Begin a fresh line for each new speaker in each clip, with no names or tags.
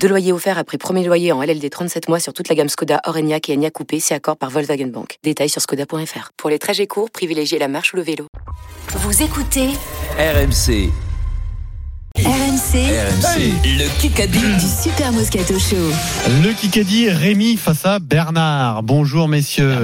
Deux loyers offerts après premier loyer en LLD 37 mois sur toute la gamme Skoda, Orenia et Enya Coupé, si accord par Volkswagen Bank. Détails sur skoda.fr. Pour les trajets courts, privilégiez la marche ou le vélo.
Vous écoutez
RMC.
RMC,
RMC. Le Kikadi.
du Super Moscato Show.
Le Kikadi Rémi face à Bernard. Bonjour messieurs.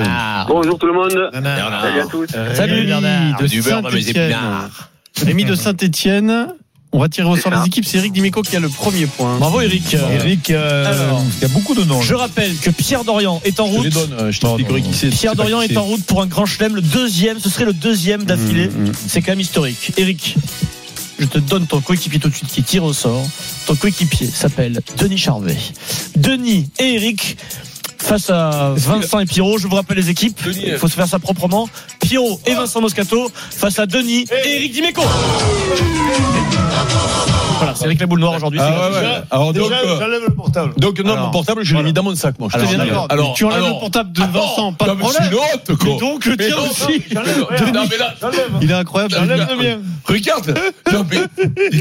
Bonjour tout le monde.
Bernard.
Salut à tous.
Euh, Rémi de
Du beurre dans mes
Saint-Étienne.
épinards.
Rémi de Saint-Etienne. On va tirer au sort
C'est ça.
les équipes. C'est Eric Dimeco qui a le premier point.
Bravo Eric.
Eric, euh,
Alors.
il y a beaucoup de noms.
Je rappelle que Pierre Dorian est en
Je te
route.
les donne, euh, je t'expliquerai qui c'est. Mm,
Pierre
Je sais pas
Dorian
qui
est en route pour un grand chelem, le deuxième, ce serait le deuxième d'affilée.
Mmh, mmh.
C'est quand même historique. Eric, je te donne ton coéquipier tout de suite qui tire au sort. Ton coéquipier s'appelle Denis Charvet. Denis et Eric face à Vincent et Pierrot. Je vous rappelle les équipes.
Denis,
euh.
Il faut se faire ça proprement. Pierrot et Vincent Moscato face à Denis et Eric Dimeco. Voilà, c'est avec la boule noire aujourd'hui. c'est
Ah ouais, ouais. Alors, donc, euh,
le portable.
donc, non,
Alors.
mon portable, je l'ai
Voilà.
mis dans mon sac, moi. Je te
Alors,
dis.
d'accord.
alors,
tu enlèves
alors.
le portable de Vincent, pas de
Ah, Non, mais c'est
problème.
une honte, quoi.
Mais donc le
Mais
tien
non,
aussi.
Non, non, mais là,
Il est incroyable.
J'enlève le mien. regarde. Non, mais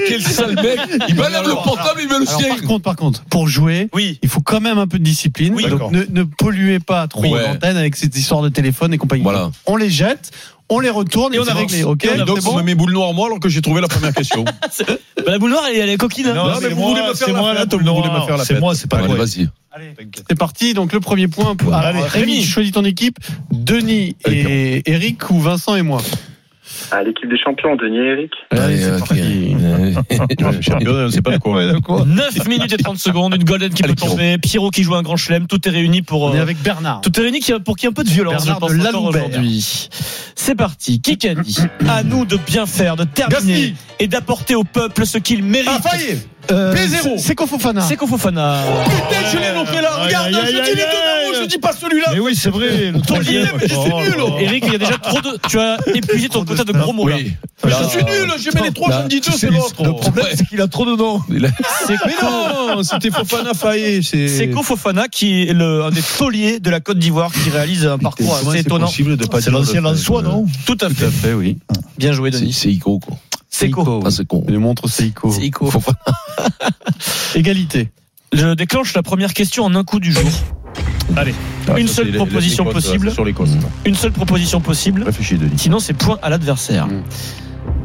quel sale mec. Il m'enlève le portable, il met le
Alors,
sien.
par contre, par contre, pour jouer,
Oui.
il faut quand même un peu de discipline.
Oui.
donc
D'accord.
ne, ne polluez pas trop
Oui.
l'antenne avec cette histoire de téléphone et compagnie.
Voilà.
On les jette, on les retourne et,
Et on
c'est
avance.
réglé, ok
Et on
Et donc,
C'est
on
bon
met mes boules noires, moi, alors que j'ai trouvé la première question.
Bah, la boule noire, elle, est- elle est coquine. hein.
Non, mais vous voulez me faire la fête, vous voulez me faire la
C'est
fête.
moi, c'est pas
Allez,
moi.
vas-y.
C'est parti. Donc le premier point. Pour...
Allez,
Alors, Rémi,
Rémi.
choisis ton équipe. Denis et Eric ou Vincent et moi.
À l'équipe des champions, Denis et Eric.
Allez, c'est parti.
C'est pas d'accord.
9 minutes et 30 secondes, une golden qui
Allez,
peut tomber, Pierrot qui joue un grand chelem, tout est réuni pour
On est
euh,
avec Bernard.
tout est réuni qui- pour qu'il y ait un peu de violence
Bernard
je
de
pense encore
Laloubert.
aujourd'hui. C'est parti, qui qu'a dit À nous de bien faire, de terminer
Gaspi.
et d'apporter au peuple ce qu'il mérite.
Euh,
P0.
C'est Kofofana.
C'est Fofana.
Putain, je l'ai loupé là. Regarde,
aïe,
je
aïe,
dis les deux
aïe.
noms, je dis pas celui-là.
Mais oui, c'est vrai. Le
Ton
troisième,
dilemme, je suis
oh,
nul.
oh, oh.
Eric, il y a déjà trop de tu as épuisé ton quota de gros mots là.
Oui. Je suis nul, je mets les trois, je me dis deux, c'est l'autre.
Le problème, c'est qu'il a trop de noms.
C'est
Mais non, c'était Fofana Faye.
Seko Fofana qui est le, un des tauliers de la Côte d'Ivoire qui réalise un parcours assez étonnant.
C'est l'ancien en soi, non
Tout à fait.
fait, oui.
Bien joué
C'est
Denis.
c'est Ico, quoi.
Seko.
Pas c'est con.
Les montres Seiko.
Seko.
Égalité.
Je déclenche la première question en un coup du jour.
Ah,
Une seule proposition possible.
Sur les causes.
Une seule proposition possible.
Mmh. Réfléchis, Denis.
Sinon, c'est point à l'adversaire.
Hmm.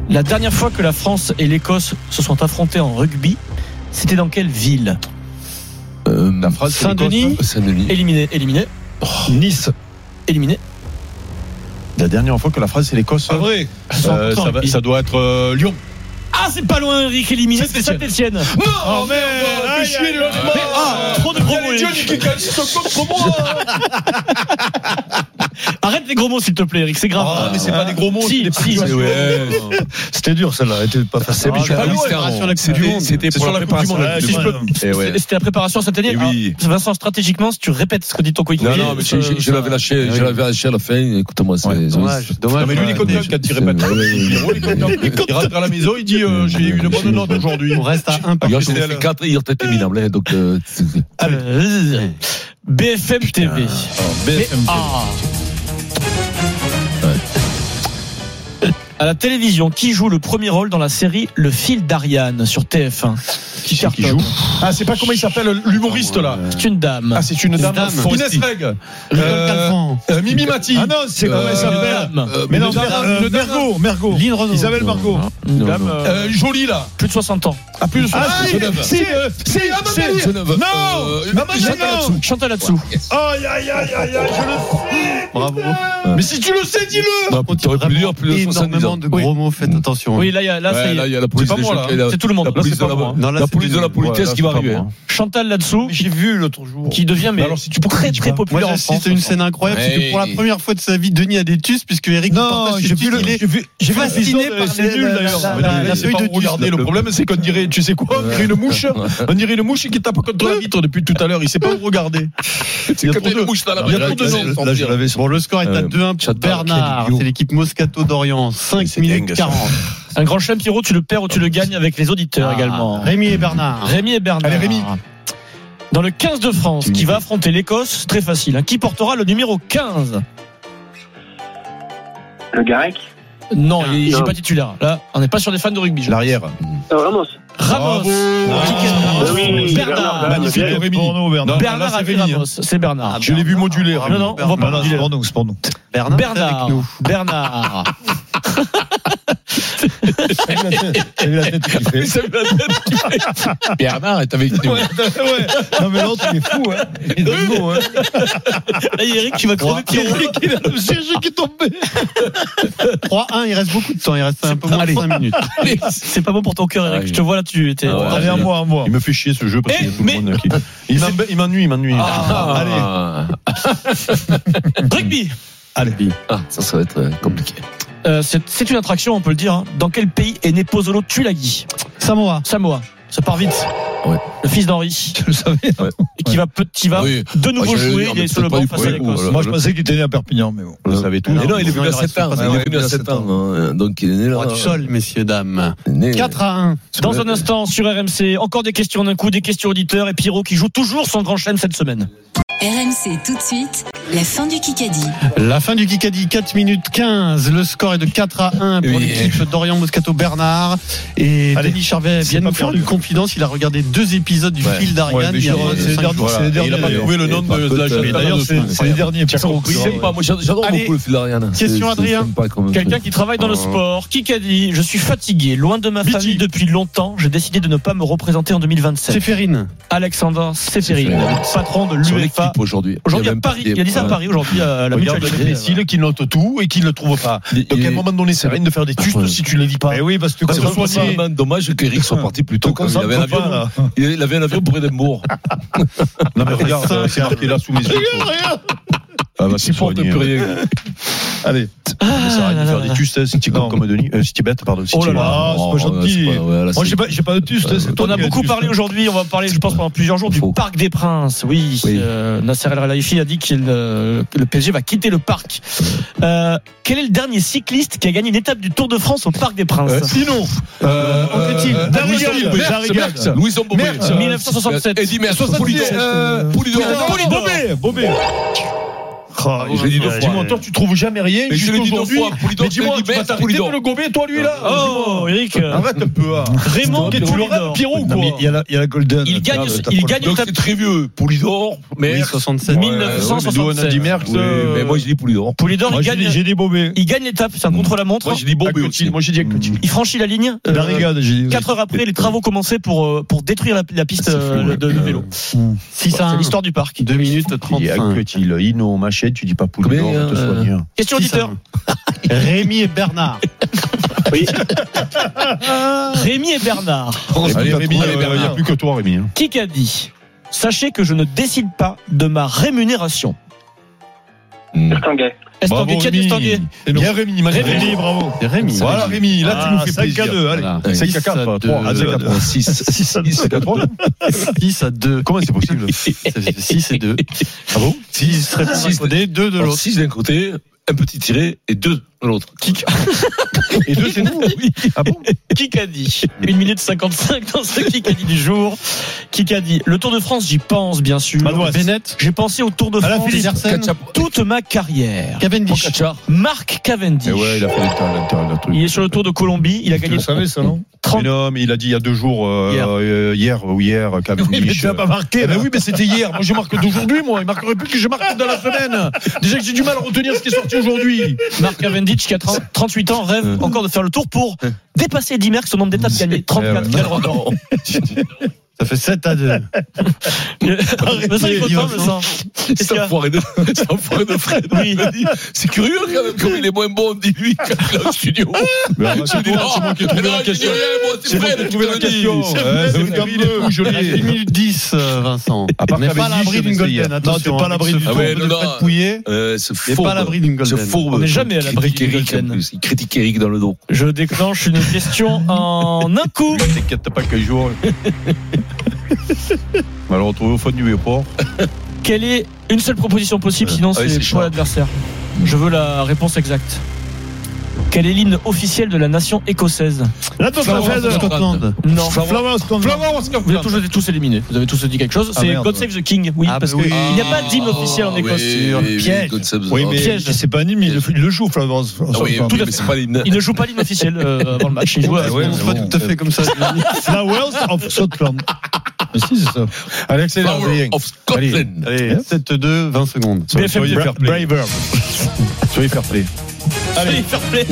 Mm.
La dernière fois que la France et l'Écosse se sont affrontés en rugby, c'était dans quelle ville
La phrase, c'est
Saint-Denis.
l'Écosse, hein. Euh, Saint-Denis.
Éliminé, éliminé,
Oh.
Nice.
éliminé.
La dernière fois que la France, c'est l'Écosse.
Pas vrai. Euh,
100%.
ça, va- ça doit être euh, Lyon.
Ah, c'est pas loin, Eric, éliminé, c'est saint étienne
Non,
Oh,
mais Oh, je suis le
Ah, trop de gros mots, Eric. Arrête les gros mots, s'il te plaît, Eric, c'est grave.
Ah, mais c'est pas des gros mots.
Si, si, si.
C'était dur, celle-là. Elle était pas facile.
mais je suis pas loin. C'était- C'était
C'est
pour
sur
la
la
Coupe du Monde.
Ouais,
Si
c'est
je
vrai.
peux- Eh ouais.
C'était la préparation à saint
Eh
étienne
oui.
Vincent, stratégiquement, si tu répètes ce que dit ton coéquipier.
Non, non, mais j'ai-
euh,
j'ai- je
ça-
l'avais lâché, je
oui.
l'avais lâché à la fin, écoute-moi, c'est.
Ouais,
dommage,
dommage.
mais lui, il est content qui a tiré pas de Il rentre à la maison, il dit, euh, j'ai eu une bonne note aujourd'hui.
On reste à un
Ah, Hier,
partout.
j'en ai fait 4 et hier, t'es minable, hein, donc, euh, c'est-
Euh, BFM TV.
BFM
Ah. À la télévision, qui joue le premier rôle dans la série Le fil d'Ariane sur TF1 Qui cartonne
Ah, c'est pas comment il s'appelle, l'humoriste, là.
C'est une dame.
Ah, c'est une dame.
dame.
Inès Reg.
Lionel
Euh,
Calfan.
euh, Mimi Mati.
Ah non, c'est comment
Euh,
elle s'appelle
Dame.
euh,
Mais non,
une dame,
euh,
une dame,
Mergo, Mergo.
Lynn Renaud.
Isabelle Margot.
Une dame,
euh, euh, jolie, là.
plus de 60 ans.
À plus de
Ah, il est- si, euh, si, si.
Non
Non
Euh,
Non, mais non
Chantal là-dessous.
Aïe, aïe, aïe, aïe, aïe, je le
Bravo.
Mais si tu le sais, dis-le
On dit
T'aurais pu
vraiment
dire plus de 70
énormément
ans.
de gros mots, faites attention.
Oui, là, il y a- là, ça
Ouais,
y est.
là, il y a la police
C'est
des
pas moi,
gens
là. hein.
qui est là.
C'est tout le monde.
La
Là,
police
c'est pas
de la,
moi.
Non, là,
la
c'est
police
des-
de la politesse
Ouais,
qui va
là, c'est
arriver. hein.
pas moi.
Chantal là-dessous,
J'ai vu l'autre jour.
qui devient mais,
alors, si tu
très très
Moi,
populaire en France. hein.
j'assiste à une scène incroyable, c'est que
Hey.
pour la première fois de sa vie, Denis a des tus, puisque Eric
Non, j'ai vu le.
il est
J'ai vu
j'ai vu
l'épisode,
fasciné par
c'est
les-
nul
la-
d'ailleurs.
la-
Mais
la-
non,
la
c'est
feuille
pas
de
pour regarder.
tus.
Le problème, c'est qu'on dirait, tu sais quoi, on dirait une mouche. On dirait une mouche qui tape contre la vitre depuis tout à l'heure. Il sait pas où regarder.
C'est
Il y a
quand
trop
t'as
de-
une mouche dans la
Il y a trop de
barrière,
noms.
t'as-
Là, je l'avais sur
Bon, le score est à
Euh,
2-1 pour
j'adore,
Bernard.
quel idiot.
C'est l'équipe Moscato d'Orient, saint
5
C'est
minutes
dingue, ça.
40. Un grand chelem, Pierrot, tu le perds ou tu le gagnes avec les auditeurs
Ah,
également.
Rémi et Bernard.
Rémi et Bernard.
Allez, Rémi.
Dans le 15 de France, qui va affronter l'Écosse, très facile. hein. Qui portera le numéro 15
Le Garec
Non, il n'est
non.
pas titulaire. Là, on n'est pas sur des fans de rugby. je-
L'arrière.
Oh, Ramos.
Bravo.
Ramos. Ticket
Ah,
Ramos.
oui, Bernard,
Ah, Bernard.
Bernard.
Magnifique
Bien
de Rémi.
Pour nous, Bernard.
Non,
Bernard
là,
a
c'est
fait
Rémi, hein.
Ramos. C'est Ah, Bernard.
Je l'ai vu moduler. Rami.
Non, non, on va pas
Ah, Non, non,
moduler.
c'est pour nous, c'est pour nous. Bernard,
Bernard.
avec nous.
Bernard.
T'as vu la tête- t'as vu la tête qu'il fait
Bernard est avec nous.
Ouais. Non, mais l'autre, il est fou, hein. Il est fou, hein.
Là, Eric, tu vas crever Pierrot.
Le CG qui est tombé. 3-1, il reste beaucoup de temps. Il reste un peu moins de 5 minutes.
C'est pas bon pour ton cœur, Eric. Je te vois là, tu étais.
Ah ouais.
T'en es
Allez, à
un mois.
moi, à moi.
Il me fait chier ce jeu parce qu'il y a
Eh,
tout le
mais-
monde qui. Il m'emb- il m'ennuie, il m'ennuie.
Ah,
Rugby.
Allez.
Ah, ça, ça va être euh, compliqué.
Euh, c'est c'est une attraction, on peut le dire. hein. Dans quel pays est né Pozzolo Tulagi
Samoa.
Samoa. Ça part vite.
Ouais.
Le fils d'Henri.
Je le savais. hein.
Et qui va, peut- qui
Bah,
va
Oui.
de nouveau
Ah, j'allais
jouer.
dire,
il
mais
est sur le
peut-être pas
banc
du
face à
premier
l'Écosse.
coup, alors.
Moi, je pensais qu'il était né à Perpignan, mais bon.
Vous le savez tout.
Mais non, il est
Vous
venu à
verrez
7 ans.
pas,
Il
ouais,
est venu à 7 ans. hein. Donc il est né là.
Droit du sol, messieurs, dames.
Il est né-
4 à 1.
Dans un instant sur RMC, encore des questions d'un coup, des questions auditeurs et Pierrot qui joue toujours son grand chelem cette semaine.
RMC tout de suite, la fin du Kikadi.
La fin du Kikadi, 4 minutes 15. Le score est de 4 à 1 pour
Oui.
l'équipe d'Orient Moscato Bernard. Et
Allez,
Denis Charvet
c'est
vient de
pas
nous faire
perdu.
une confidence. Il a regardé deux épisodes du
Ouais.
fil d'Ariane.
mais
il y a
je-
cinq
c'est les
jours.
derniers, c'est
Et
Voilà.
les
il a
derniers.
pas trouvé le nom
Et par
de
contre,
de la chaîne.
euh,
D'ailleurs,
de
c'est
France.
c'est les derniers.
Tiens,
Pierrot.
compris. Sympa, moi j'a- j'adore
Allez.
beaucoup le fil d'Ariane.
Question, Adrien.
Quelqu'un qui travaille dans le sport, qui qu'a dit Je suis fatigué, loin de ma
Viti.
famille depuis longtemps, j'ai décidé de ne pas me représenter en 2027.
Séphérine.
Alexandre Seferin,
Séphérine.
patron de
Sur
l'UEFA.
l'équipe aujourd'hui.
Aujourd'hui à
même
Paris,
pas
il a dit ça à
des-
Paris aujourd'hui à la
Regarde
mutualité.
les imbéciles qui notent tout et qui ne le trouvent pas.
Il-
Donc à un
il-
moment donné, c'est rien de faire des tustes si tu ne les lis pas.
Eh oui, parce que
C'est
Parce
quand
que soit c'est-
vraiment dommage qu'Eric soit parti plus tôt.
Te
quand Il avait un
concentre pas,
avion,
là.
il avait un avion près d'Edmour.
Non, mais regarde, euh, c'est marqué là sous mes yeux. Ah, bah,
Il supporte
soigné,
plus
hein.
rien.
Allez. Mais ça arrête de faire des tustes, hein, si tu es
Non.
comme Denis, euh, si tu es bête, pardon. si
Oh
tu
là
es-
là,
Oh,
c'est pas gentil.
ouais, c'est pas- ouais, là,
Moi,
c'est-
j'ai pas, j'ai pas de tuste,
Euh,
hein, c'est toi
On a
qui as
beaucoup
tuste.
parlé aujourd'hui, on va parler, je pense, pendant plusieurs jours, du
Faux.
Parc des Princes. Oui,
Oui.
euh, Nasser El Khelaifi a dit qu'il, euh, que le PSG va quitter le parc. Euh, quel est le dernier cycliste qui a gagné une étape du Tour de France au Parc des
Euh,
Princes
Sinon,
Euh,
euh,
euh,
euh,
Louison
Darrigal,
Bobet,
Darrigal.
Merckx, Louison Bobet.
Merckx,
Euh,
1967.
Eddy Merckx, Poulidor. Euh, Poulidor.
Poulidor.
Bobé, Bobé.
Ah, Je l'ai dit deux fois.
Dis-moi, toi, tu trouves jamais rien
Mais je l'ai dit deux
jusqu'aujourd'hui.
fois. Poulidor,
Mais
je l'ai
dis-moi,
dit
tu vas
Merckx,
t'arrêter
Poulidor.
de le gommer, toi, lui, là.
Oh, Eric, euh,
Arrête un peu. hein.
Raymond
Tu l'aurais,
Poulidor.
Pierrot, ou
Non, mais
quoi
il y a la, il y a la Golden.
Il gagne,
Ah, t'as
il
pas
gagne une
Donc
étape
c'est très vieux. Poulidor,
le- Oui,
Merckx.
67.
Ouais, ouais, mais
Nous, on a dit
1967.
Merckx.
Oui,
euh,
mais moi je hein. dis Poulidor.
Poulidor,
moi,
il
j'ai dit-
gagne,
j'ai dit Bobé.
il gagne l'étape, c'est un contre-la-montre.
Moi j'ai dit
Ah,
Bobet
Clotilde,
aussi.
Moi, j'ai dit Clotilde.
Il franchit la ligne. euh,
Darigade, j'ai dit.
Quatre heures après, les travaux commençaient pour, euh, pour détruire la, la piste euh, de, de vélo.
6 à
C'est
1.
l'histoire du parc.
2 minutes
Il y a
35.
Clotilde, Ino, Machette, tu dis pas Poulidor,
Combien,
on te
euh,
soigne.
Question
Six à
auditeur.
un. Rémi et Bernard.
Rémi et Bernard,
Allez, Rémi,
Allez,
euh, il n'y a
Bernard.
plus que toi, Rémi. hein.
qui qu'a dit Sachez que je ne décide pas de ma rémunération.
Tanguay.
Estanguet,
Bravo,
qui a dit
Rémi.
Estanguet
Bien Rémi, ma Rémi.
Rémi, bravo. Rémi.
Voilà Rémi, là tu nous fais plaisir.
5 à 2, allez.
Ouais.
5 à 4, 3 à 5 à 3.
6.
6 à 2.
6 à 2.
Comment c'est possible
6 et 2.
Ah bon
6 très bien
Six.
raccordé, 2 de
Alors,
l'autre.
six d'un côté, un petit tiré et deux de l'autre. Kick.
Et 2 c'est nous Ah bon
Qui qu'a dit 1 minute 55 dans ce qui qu'a dit du jour. Qui qu'a dit Le Tour de France, j'y pense bien sûr.
Madouas.
Bennett,
J'ai pensé au Tour de
Bah, Alain
France
Philippe, Larsen,
toute ma carrière.
Oh,
Cavendish.
Marc Cavendish.
Et ouais, il a fait l'intérieur le truc.
Il est sur le Tour de Colombie, il a gagné
ça, non
30
Mais non, mais il a dit il y a deux jours, euh,
Hier.
euh, hier ou hier, Cavendish.
pas marqué.
Eh ben oui, mais c'était hier. Moi, je marque d'aujourd'hui, moi. Il marquerait plus que je marque dans la semaine. Déjà que j'ai du mal à retenir ce qui est sorti aujourd'hui.
Marc Cavendish, qui a 30 38 ans, rêve encore de faire le tour pour dépasser 10 Merckx au nombre d'étapes gagnées. 34. Quel record.
Ça fait 7 à 2.
Mais ça, il faut le temps, mais ça. Qu'est-ce qu'il
C'est
y
un
a
foiré de, c'est un foiré de Fred.
Oui.
Il a dit, C'est curieux quand même, comme il est moins bon, dit lui, quand il est au studio. Ah,
C'est
dit, non,
moi qui ai trouvé
mais non,
la
il dit,
question.
rien, moi,
C'est moi qui ai trouvé la
je te le dis.
question.
C'est
Ouais,
vrai,
euh, c'est
c'est
le
vrai.
gambleux, je l'ai.
1 minute 10, euh, Vincent.
À part
On n'est pas à
Cavendish,
l'abri d'une
j'en ai essayé.
golden. Attention, hein,
Non, t'es pas à l'abri du
tout.
Ah ouais, non,
de
non.
Fred Pouillet.
Euh, ce
n'est
fourbe.
pas à l'abri d'une
Ce
golden.
fourbe.
On n'est jamais à l'abri
Critique
d'une
Eric,
golden.
en plus. Il critique Eric dans le dos.
Je déclenche une question en un coup.
T'inquiète pas qu'un jour. On va le retrouver au fond du Vieux-Port.
Quelle est une seule proposition possible, sinon
Ah oui,
c'est
c'est
choix
chaud.
l'adversaire Je veux la réponse exacte. Quel est l'hymne officiel de la nation écossaise
La tête
Flamand,
française,
Flamand.
Scotland.
Non.
Flamand, Scotland.
Flamand, Oscar
Vous avez
Flamand.
tous, vous avez tous éliminés. Vous avez tous dit quelque chose.
Ah,
c'est
merde.
God Save the King. Oui,
Ah,
parce
mais
qu'il
oui.
n'y a pas d'hymne officiel en
Ah,
Écosse.
oui,
sûr.
oui, oui,
Piège.
God save the-
Oui, mais
Piège.
c'est pas un hymne, il le- il le joue, Flamand.
Ah oui,
Scotland.
oui, mais c'est pas l'hymne.
Il ne joue pas l'hymne officiel euh, avant le match. Il
Ouais,
joue
Ah, ouais,
à-
on
mais
se voit
bon,
tout à fait comme ça. Flowers of Scotland. Mais si, c'est ça. Allez, accélère.
Power of Scotland.
Allez, 7-2, 20 secondes.
BFM
Soyez bra-
Fair Play.
Braver. Soyez fair play.
Allez, fair play.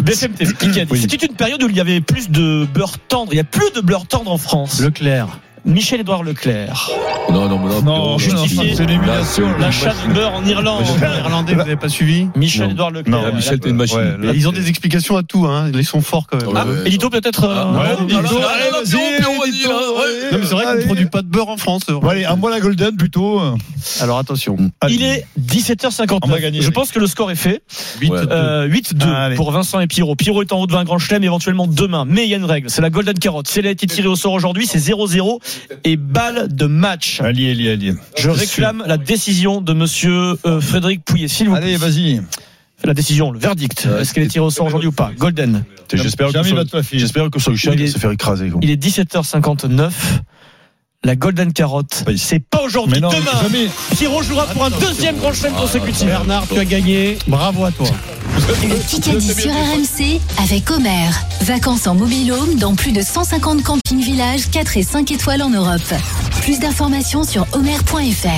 BFM TV, Kikadi.
Oui.
C'était une période où il y avait plus de beurre tendre. Il y a plus de beurre tendre en France.
Leclerc.
Michel-Édouard Leclerc.
Non, non, mais là,
Non,
non,
justifié.
là,
C'est l'émulation,
c'est-
là.
L'achat du beurre en Irlande.
Irlandais, vous n'avez pas suivi
Michel-Édouard Leclerc.
Ah, Michel, t'es une machine.
Ouais, là, Ils ont des explications à tout, hein. Ils sont forts quand même.
Ah,
Ah,
ouais.
Edito peut-être. euh,
Ah, ouais.
Allez,
alors, alors, alors,
vas-y,
Pierrot, Pierrot,
dis
dis,
donc.
là, ouais.
Non, mais c'est vrai qu'on ne produit pas de beurre en France.
allez, à moi la Golden plutôt.
Alors attention.
Il est 17h59.
On va gagner,
Je
mec.
pense que le score est fait.
Huit,
Euh, 8-2
Allez.
pour Vincent et Pierrot. Pierrot est en haut devant un grand chelem, éventuellement demain. Mais il y a une règle, c'est la Golden Carotte. Si elle a été tirée au sort aujourd'hui, c'est 0-0 et balle de match.
Allié, allié, allié.
Je réclame la décision de monsieur euh, Frédéric Pouillet, s'il vous plaît.
Allez, vas-y.
La décision, le verdict. Est-ce qu'elle est tirée au sort aujourd'hui ou pas Golden.
J'espère que Sol- j'espère que Solskjaer
Il est-
va se faire écraser. quoi.
Il est 17h59. La Golden Carotte,
Oui.
c'est pas aujourd'hui,
Mais non,
demain.
jamais.
Pierrot jouera pour un deuxième grand chelem consécutif.
Bernard, tu as gagné. Bravo à toi.
Le Kikadi sur RMC avec Omer. Vacances en mobilhome dans plus de 150 campings villages 4 et 5 étoiles en Europe. Plus d'informations sur omer.fr.